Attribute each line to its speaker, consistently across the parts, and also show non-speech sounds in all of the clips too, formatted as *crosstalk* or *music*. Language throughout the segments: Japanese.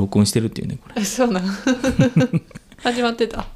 Speaker 1: 録音してるっていうねこれ
Speaker 2: えそうなん始まってた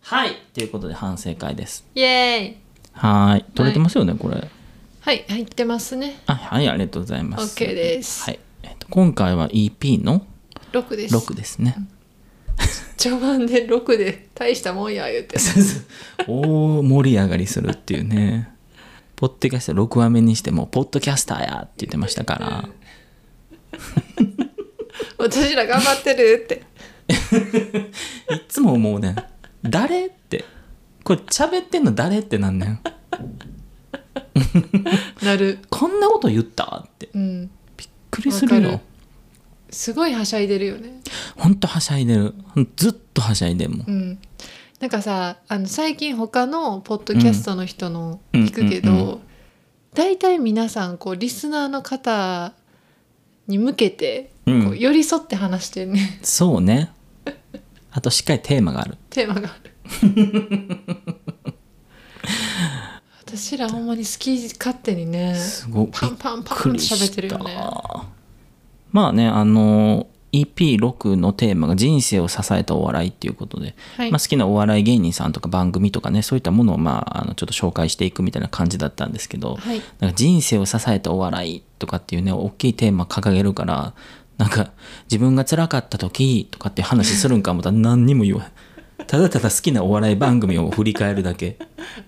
Speaker 1: はいということで反省会です
Speaker 2: イエーイ
Speaker 1: はーい撮れてますよね、これ
Speaker 2: はい入ってますね
Speaker 1: あはいありがとうございます
Speaker 2: OK です
Speaker 1: はい、えっと今回は EP の
Speaker 2: 6です
Speaker 1: 6ですね
Speaker 2: 序盤で6で大したもんや言う
Speaker 1: *laughs*
Speaker 2: て
Speaker 1: 大盛り上がりするっていうねポッドキャスト6話目にしても「ポッドキャスターや!」って言ってましたから
Speaker 2: 私ら頑張ってるって
Speaker 1: いつも思うねん誰ってこれ喋ってんの誰ってなんねん
Speaker 2: なる
Speaker 1: こん *laughs* なこと言ったって
Speaker 2: うん
Speaker 1: びっくりする
Speaker 2: わ
Speaker 1: よ
Speaker 2: かすごいはしゃいでるよね
Speaker 1: ほんとはしゃいでるほんずっとはしゃいでるもん
Speaker 2: うんなんかさあの最近他のポッドキャストの人の
Speaker 1: うん
Speaker 2: 聞くけど、
Speaker 1: うんうんう
Speaker 2: 大体皆さんこうリスナーの方に向けて
Speaker 1: う
Speaker 2: こ
Speaker 1: ん
Speaker 2: う寄り添って話してるね、
Speaker 1: そうねあとしっかりテーマがある
Speaker 2: テーマが
Speaker 1: *laughs*
Speaker 2: ある私らほんまに好き勝手にね
Speaker 1: すごい
Speaker 2: パンパンパン
Speaker 1: び
Speaker 2: っ
Speaker 1: ってくり
Speaker 2: 喋ってるよ
Speaker 1: し
Speaker 2: ね
Speaker 1: たまあねあの EP6 のテーマが「人生を支えたお笑い」っていうことで、
Speaker 2: はい
Speaker 1: まあ、好きなお笑い芸人さんとか番組とかねそういったものを、まあ、あのちょっと紹介していくみたいな感じだったんですけど、
Speaker 2: はい
Speaker 1: なんか人生を支えたお笑いとかっていうね大きいテーマ掲げるからなんか自分が辛かった時とかっていう話するんかもたら *laughs* 何にも言わへんただただ好きなお笑い番組を振り返るだけ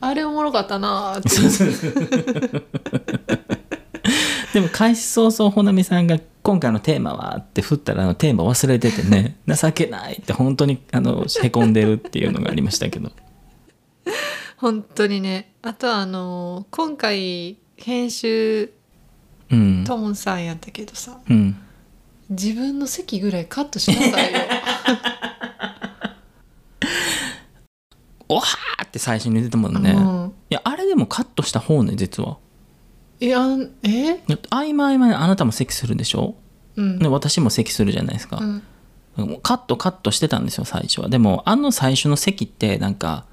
Speaker 2: あれおもろかったなーって
Speaker 1: でも開始早々ほなみさんが「今回のテーマは?」って振ったらあのテーマ忘れててね情けないって本当にあのへこんでるっていうのがありましたけど
Speaker 2: 本当にねあとあのー今回編集
Speaker 1: うん
Speaker 2: トモンさんやったけどさ
Speaker 1: うん
Speaker 2: 自分の席ぐらいカットしなさいよ
Speaker 1: おはーって最初に出てたもん *laughs* ね、
Speaker 2: うん
Speaker 1: いやあれでもカットした方ね実はい
Speaker 2: やんえ
Speaker 1: だって合間合間にあなたも席するでしょ
Speaker 2: うん、
Speaker 1: で私も席するじゃないですか、
Speaker 2: うん、
Speaker 1: もうカットカットしてたんですよ最初はでもあの最初の席ってなんか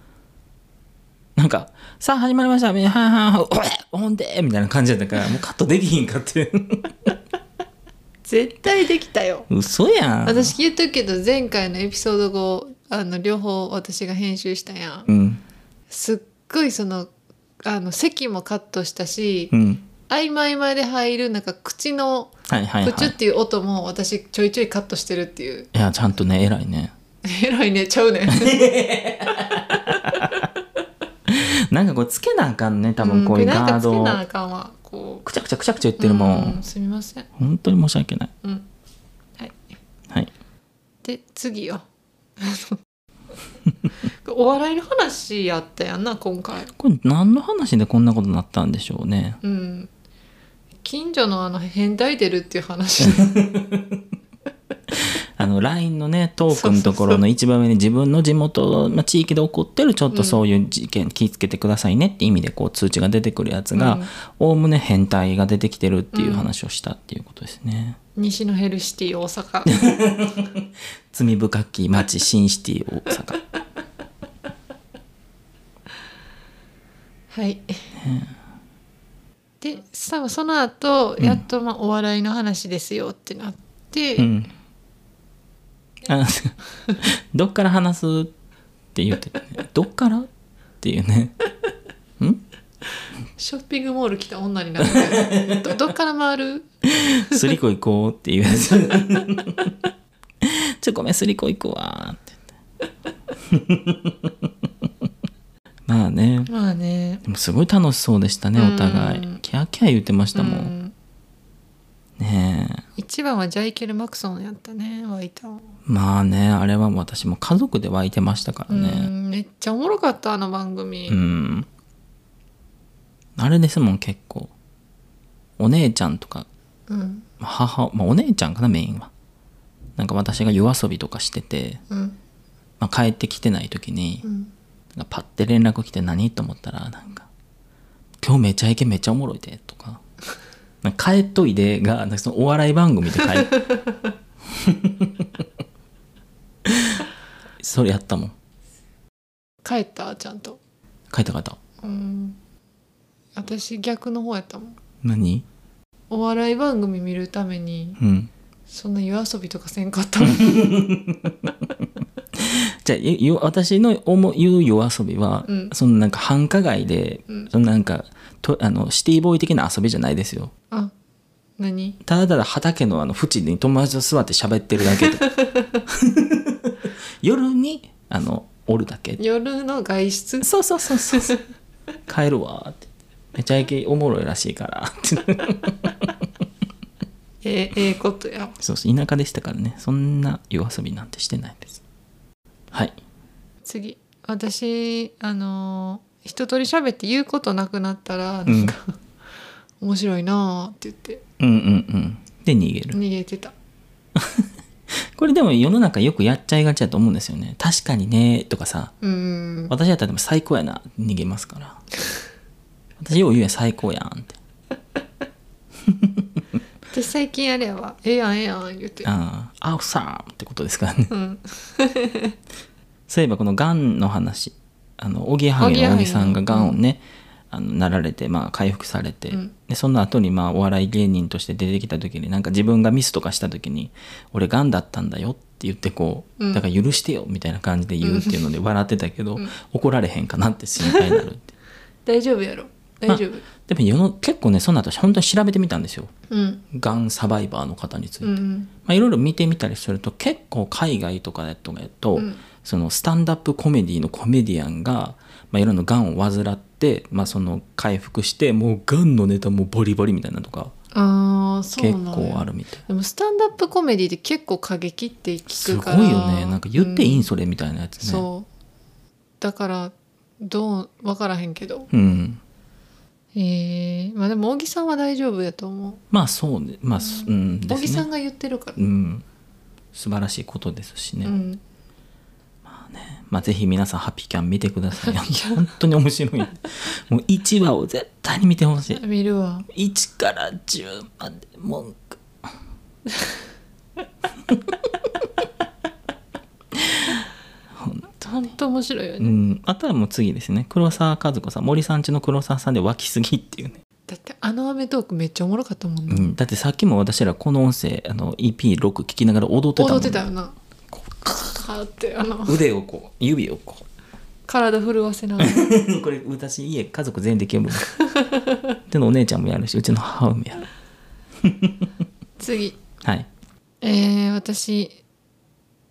Speaker 1: なんか「さあ始まりました」みたいな「はいはいはいおえおんで」みたいな感じだったからもうカットできひんかって
Speaker 2: 絶対できたよ
Speaker 1: 嘘やん
Speaker 2: 私言っとくけど前回のエピソード後あの両方私が編集したやん
Speaker 1: うん
Speaker 2: すっごいそのあの席もカットしたし、
Speaker 1: うん
Speaker 2: 曖昧まで入るなんか口の
Speaker 1: はいはいは
Speaker 2: プチュ
Speaker 1: い
Speaker 2: っていう音も私ちょいちょいカットしてるっていう *laughs*
Speaker 1: いやちゃんとね偉いね
Speaker 2: えらいねちゃうねん
Speaker 1: なんかこうつけなあかんね多分こういう
Speaker 2: なん
Speaker 1: ガ
Speaker 2: か
Speaker 1: ー
Speaker 2: つけ
Speaker 1: ドを
Speaker 2: なあかんわこう
Speaker 1: くちゃくちゃくちゃくちゃ言ってるもん
Speaker 2: うすみません
Speaker 1: 本当に申し訳ない
Speaker 2: うんはい
Speaker 1: はい
Speaker 2: で次よ *laughs* あのお笑いの話やったやんな今回
Speaker 1: これ何の話でこんなことになったんでしょうね
Speaker 2: うん近所のあの変態出るってい
Speaker 1: *laughs*
Speaker 2: う話
Speaker 1: あの LINE のねトークのところの一番上に自分の地元、まあ、地域で起こってるちょっとそういう事件、気をつけてくださいねって意味でこう通知が出てくるやつがおおむね変態が出てきてるっていう話をしたっていうことですね、
Speaker 2: 西のヘルシティ大阪
Speaker 1: 罪深き町新シティ大阪
Speaker 2: はいで多分その後やっとまあお笑いの話ですよってなって、
Speaker 1: うんあ *laughs* どっから話すって言ってたね *laughs* どっからっていうね
Speaker 2: ショッピングモール来た女になってど *laughs* どっから回る
Speaker 1: すりこ行こうっていうやつ *laughs* ちょごめんすりこ行くわーって言って *laughs* まあね
Speaker 2: まあね
Speaker 1: でもすごい楽しそうでしたねお互
Speaker 2: うん
Speaker 1: いキャーキャー言ってましたもん、
Speaker 2: うん
Speaker 1: ねえ
Speaker 2: 一番はジャイケル・マクソンやったねワイタン、
Speaker 1: まあねあれは私も家族で湧いてましたから
Speaker 2: う
Speaker 1: ね
Speaker 2: んめっちゃおもろかったあの番組、
Speaker 1: うんあれですもん結構お姉ちゃんとか
Speaker 2: うん
Speaker 1: 母、まあ、お姉ちゃんかなメインはなんか私が夜遊びとかしてて、
Speaker 2: うん
Speaker 1: まあ、帰ってきてない時に、
Speaker 2: うん
Speaker 1: なんかパッて連絡来て何と思ったらなんか「今日めちゃイケめちゃおもろいで」とか「なんか帰っといで」がなんかそのお笑い番組で帰っそれやったもん
Speaker 2: 帰ったちゃんと、
Speaker 1: 帰った帰った
Speaker 2: うん、私逆の方やったもん
Speaker 1: 何
Speaker 2: お笑い番組見るために
Speaker 1: うん、
Speaker 2: そんな夜遊びとかせんか *laughs* ったもん
Speaker 1: じゃあゆゆ私の思う言う夜遊びは、
Speaker 2: うん
Speaker 1: そのなんか繁華街で、
Speaker 2: うん
Speaker 1: そのなんかとあのシティボーイ的な遊びじゃないですよ
Speaker 2: あ何
Speaker 1: ただただ畑のあの縁に友達と座って喋ってるだ
Speaker 2: *laughs*
Speaker 1: けで夜にあのおるだけ
Speaker 2: 夜の外出
Speaker 1: そうそうそうそうそう帰るわーってめちゃイケおもろいらしいから *laughs* って
Speaker 2: ええええことや
Speaker 1: そうそう田舎でしたからねそんな夜遊びなんてしてないですはい
Speaker 2: 次私あのー一通り喋って言うことなくなったら
Speaker 1: う
Speaker 2: なんんか、面白いなーって言って
Speaker 1: うんうんうんで逃げる
Speaker 2: 逃げてた
Speaker 1: これでも世の中よくやっちゃいがちだと思うんですよね確かにねとかさ
Speaker 2: うーん
Speaker 1: 私だったらでも最高やな逃げますから私よう言うやん最高やんって
Speaker 2: 私最近あれやわええやんええやん言って
Speaker 1: ああ青さんってことですから *laughs* ね
Speaker 2: うん
Speaker 1: そういえばこのがんの話あのおぎやはぎのおぎさんががんをね、あのなられて、まあ、回復されて、
Speaker 2: うん
Speaker 1: でその後にまあお笑い芸人として出てきた時になんか自分がミスとかした時に「俺がんだったんだよ」って言ってこう、
Speaker 2: うん
Speaker 1: だから許してよみたいな感じで言うっていうので笑ってたけど、
Speaker 2: うん
Speaker 1: 怒られへんかなって心配になるって。
Speaker 2: 大丈夫やろ大丈夫
Speaker 1: でも世の結構ねその後本当に調べてみたんですよ
Speaker 2: うん
Speaker 1: がんサバイバーの方について、
Speaker 2: う
Speaker 1: ま
Speaker 2: ん
Speaker 1: あ、いろいろ見てみたりすると結構海外とかだとかやと、
Speaker 2: うん
Speaker 1: そのスタンダップコメディのコメディアンが、まあ、いろんながんを患って、まあ、その回復してもうがんのネタもボリボリみたいなのとか
Speaker 2: ああそう
Speaker 1: 結
Speaker 2: なんや
Speaker 1: 構あるみたい
Speaker 2: でもスタンダップコメディで結構過激って
Speaker 1: す
Speaker 2: 聞く
Speaker 1: ご
Speaker 2: から
Speaker 1: いよねなんか言っていい
Speaker 2: うん
Speaker 1: それみたいなやつね
Speaker 2: そうだからどう分からへんけど
Speaker 1: うん、
Speaker 2: ええまあでも小木さんは大丈夫やと思
Speaker 1: まあそうねまあすうん
Speaker 2: う
Speaker 1: で
Speaker 2: 小木
Speaker 1: す
Speaker 2: さ
Speaker 1: ね
Speaker 2: んが言ってるから
Speaker 1: うん素晴らしいことですしね、
Speaker 2: うん
Speaker 1: まあ、ぜひ皆さんハッピーキャン見てください。本当に面白い。もう1話を絶対に見てほし
Speaker 2: 見るわ
Speaker 1: い。1から10まで文句。
Speaker 2: ほんと面白いよね、
Speaker 1: うん、あとはもう次ですね黒沢和子さん森さんちの黒沢さんで湧きすぎっていうね、
Speaker 2: だってあの『アメトーク』めっちゃおもろかったもん
Speaker 1: う
Speaker 2: ね、
Speaker 1: ん、だってさっきも私らこの音声あの EP6 聞きながら踊ってたもん
Speaker 2: 踊ってたよなカーってあの
Speaker 1: 腕をこう指をこう *laughs*
Speaker 2: 体震わせながら
Speaker 1: これ私家家族全員できる
Speaker 2: *laughs*
Speaker 1: もんでのお姉ちゃんもやるしうちの母もやる
Speaker 2: 次
Speaker 1: はい
Speaker 2: えー、私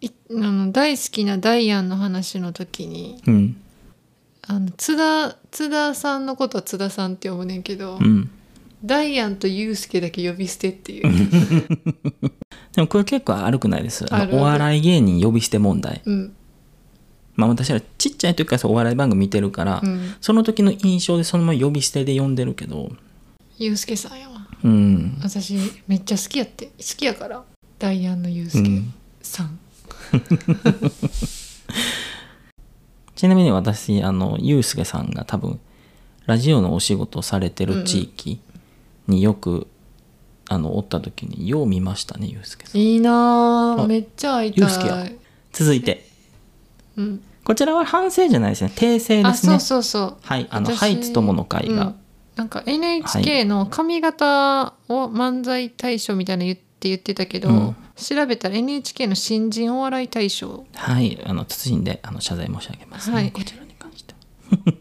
Speaker 2: いあの大好きなダイアンの話の時に
Speaker 1: うん
Speaker 2: あの津田津田さんのことは津田さんって呼ぶねんけど、
Speaker 1: うん
Speaker 2: ダイアンとユウスケだけ呼び捨てっていう、
Speaker 1: でもこれ結構あるくないですあの
Speaker 2: あるある
Speaker 1: お笑い芸人呼び捨て問題
Speaker 2: うん
Speaker 1: まあ私らちっちゃい時からそうお笑い番組見てるから、
Speaker 2: うん、
Speaker 1: その時の印象でそのまま呼び捨てで呼んでるけど
Speaker 2: ユウスケさんやわ
Speaker 1: うん、
Speaker 2: 私めっちゃ好きやって好きやからダイアンのユウス
Speaker 1: う
Speaker 2: ケ
Speaker 1: ん
Speaker 2: さん、
Speaker 1: ちなみに私あのユうスケさんが多分ラジオのお仕事をされてる地域によく、あのおった時によう見ましたねユうスケさん
Speaker 2: いいな
Speaker 1: あ
Speaker 2: あめっちゃ会い
Speaker 1: ユウスケ
Speaker 2: た
Speaker 1: や
Speaker 2: い、
Speaker 1: 続いて
Speaker 2: うん、
Speaker 1: こちらは反省じゃないですね訂正で
Speaker 2: あ
Speaker 1: すね
Speaker 2: そうそうそう
Speaker 1: はいあの
Speaker 2: 私
Speaker 1: ハイツ友の会
Speaker 2: う
Speaker 1: が
Speaker 2: ん、なんか NHK の髪型を漫才大賞みたいなの言って言ってたけど、
Speaker 1: うん
Speaker 2: 調べたら NHK の新人お笑い大賞
Speaker 1: はい、あの謹んであの謝罪申し上げますね、
Speaker 2: はい
Speaker 1: こちらに関しては。 *laughs*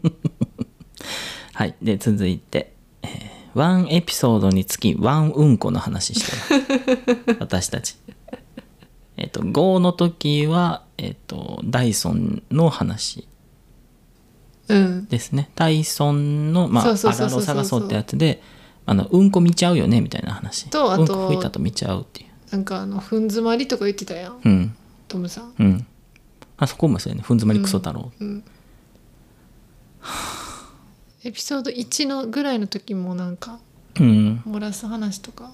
Speaker 1: はい、で続いて、えーワンエピソードにつきワンうんこの話してます
Speaker 2: *laughs*
Speaker 1: 私たち。えっ、と5の時は、えっとダイソンの話
Speaker 2: うん
Speaker 1: ですねダイソンの、まあ、
Speaker 2: そうそう
Speaker 1: あ
Speaker 2: そ
Speaker 1: らろ
Speaker 2: うそうそう
Speaker 1: 探そうってやつであのうんこ見ちゃうよねみたいな話
Speaker 2: とあと
Speaker 1: うんこ吹いたと見ちゃうっていう。
Speaker 2: なんかあのふん詰まりとか言ってたやん
Speaker 1: うん
Speaker 2: トムさん、
Speaker 1: うん、あそこもそうやね「ふんづまりクソ太郎」
Speaker 2: うん、エピソード1のぐらいの時もなんか
Speaker 1: うん
Speaker 2: 漏らす話とか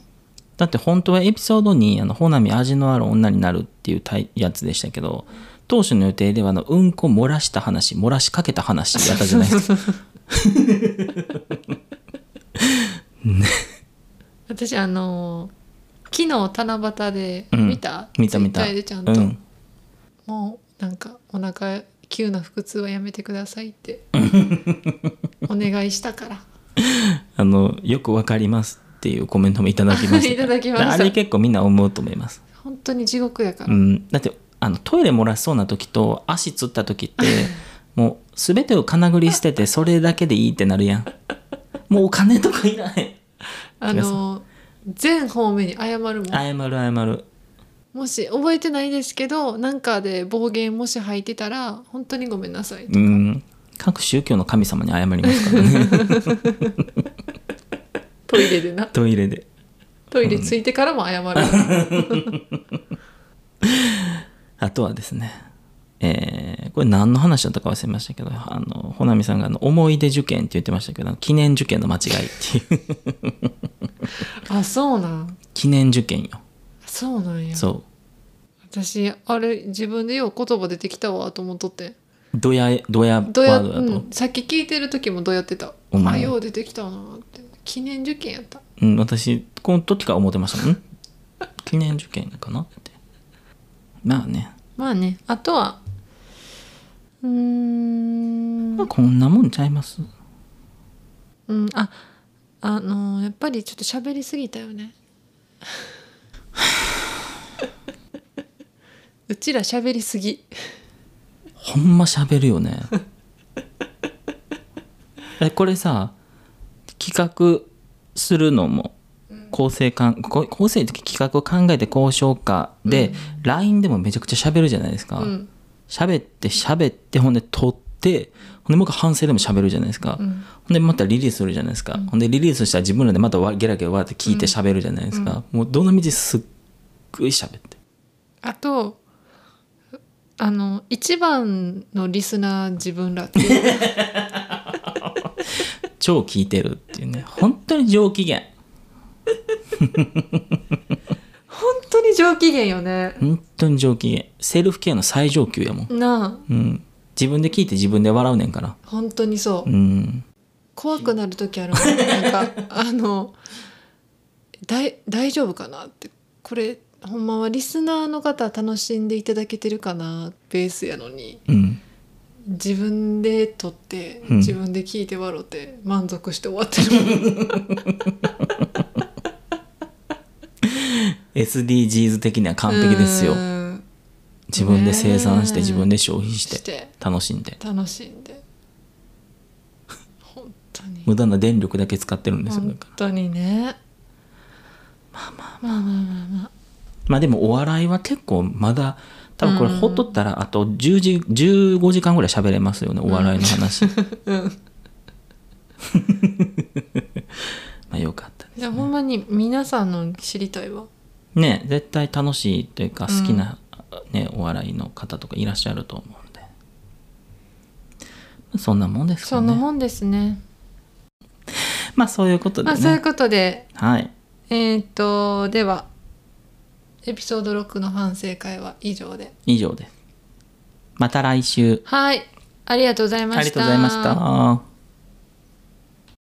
Speaker 1: だって本当はエピソードにあの「ほなみ味のある女になる」っていうタイやつでしたけど当初の予定ではあのうんこ漏らした話漏らしかけた話やった
Speaker 2: *laughs*
Speaker 1: じゃないですか
Speaker 2: 私あの昨日七夕で
Speaker 1: うん
Speaker 2: 見た、
Speaker 1: 見た見た
Speaker 2: Twitter でちゃん
Speaker 1: う
Speaker 2: と、
Speaker 1: ん、
Speaker 2: もうなんかお腹急な腹痛はやめてくださいって
Speaker 1: *laughs*
Speaker 2: お願いしたから
Speaker 1: あのよくわかりますっていうコメントもいただきました
Speaker 2: *laughs* いただきました
Speaker 1: あれ結構みんな思うと思います、
Speaker 2: 本当に地獄やか
Speaker 1: う
Speaker 2: ら、
Speaker 1: ん、だってあのトイレ漏らしそうな時と足つった時って
Speaker 2: *laughs*
Speaker 1: もう全てをかなぐり捨ててそれだけでいいってなるやんもうお金とかいらない
Speaker 2: あの全方面に謝るもん
Speaker 1: 謝る謝る
Speaker 2: もし覚えてないですけどなんかで暴言もし吐いてたら本当にごめんな
Speaker 1: *laughs*
Speaker 2: さい、
Speaker 1: うん各宗教の神様に謝りますからね
Speaker 2: トイレでな
Speaker 1: トイレで
Speaker 2: トイレ着いてからも謝る、
Speaker 1: あとはですね、えーこれ何の話だったか忘れましたけど、あの、ほなみさんがあの思い出受験って言ってましたけど、記念受験の間違いっていう。 *laughs*
Speaker 2: *laughs* あそうなん
Speaker 1: 記念受験よ。
Speaker 2: そうなんや
Speaker 1: そ
Speaker 2: 私あれ自分でよう言葉出てきたわと思っとって
Speaker 1: う。ドヤ、ドヤワー
Speaker 2: ど
Speaker 1: ド
Speaker 2: う
Speaker 1: だ
Speaker 2: や、
Speaker 1: と。
Speaker 2: う
Speaker 1: うん
Speaker 2: ん、さっき聞いてる時もどうやってた
Speaker 1: お前
Speaker 2: あよう出てきたなって記念受験やった
Speaker 1: 私、この時から思ってましたもん。ん *laughs* 記念受験かなって。まあね。
Speaker 2: まあねあとはうーん
Speaker 1: まあ、こんなもんちゃいます。
Speaker 2: うんああのーやっぱりちょっと喋りすぎたよ
Speaker 1: *laughs*
Speaker 2: ねうちら喋りすぎ
Speaker 1: ほんま喋るよ
Speaker 2: *laughs*
Speaker 1: ね。え、これさ、企画するのも、構成かん、こ構成って企画を考えて交渉かで、LINE でもめちゃくちゃ喋るじゃないですか
Speaker 2: うん。
Speaker 1: 喋、って喋って、ほんで撮って、ほんでもう一回反省でも喋るじゃないですか。
Speaker 2: うん
Speaker 1: ほんでまたリリースするじゃないですか。ほんでリリースしたら自分らでまたわゲラゲラわって聞いて喋るじゃないですか。もうどの道すっごい喋って。
Speaker 2: あとあの一番のリスナー自分らっ
Speaker 1: *laughs*
Speaker 2: ていう
Speaker 1: 超聞いてるっていうね。本当に上機嫌。
Speaker 2: 本当に上機嫌よね
Speaker 1: 本当に上機嫌セルフケアの最上級やもん、
Speaker 2: な
Speaker 1: うん、自分で聞いて自分で笑うねんから
Speaker 2: あ本当にそう、
Speaker 1: うん
Speaker 2: 怖くなる時あるもんなんかあのだい大丈夫かなってこれほんまはリスナーの方楽しんでいただけてるかなベースやのに
Speaker 1: うん
Speaker 2: 自分で撮って
Speaker 1: うん
Speaker 2: 自分で聞いて笑って満足して終わってるもん
Speaker 1: SDGs 的には完璧ですよ
Speaker 2: うん
Speaker 1: 自分で生産して
Speaker 2: ねえ
Speaker 1: 自分で消費し
Speaker 2: してて
Speaker 1: 楽しんで
Speaker 2: 楽しんで本当に
Speaker 1: 無駄な電力だけ使ってるんですよだ
Speaker 2: 本
Speaker 1: から
Speaker 2: 当にねまあまあまあまあまあ
Speaker 1: まあでもお笑いは結構まだ多分これほっとったらあと10時15時間ぐらい喋れますよねお笑いの
Speaker 2: *laughs*
Speaker 1: 話、 *laughs* まあよかった
Speaker 2: いやほんまに皆さんの知りたいわ
Speaker 1: ね絶対楽しいというか好きな、ねお笑いの方とかいらっしゃると思うんでそんなもんですか
Speaker 2: そ
Speaker 1: ね
Speaker 2: んなもんですね
Speaker 1: まあそういうことで
Speaker 2: まあそういう
Speaker 1: ね
Speaker 2: ことで
Speaker 1: はい
Speaker 2: えーっとではエピソード6の反省会は以上で
Speaker 1: 以上ですまた来週
Speaker 2: はいありがとうございました
Speaker 1: ありがとうございました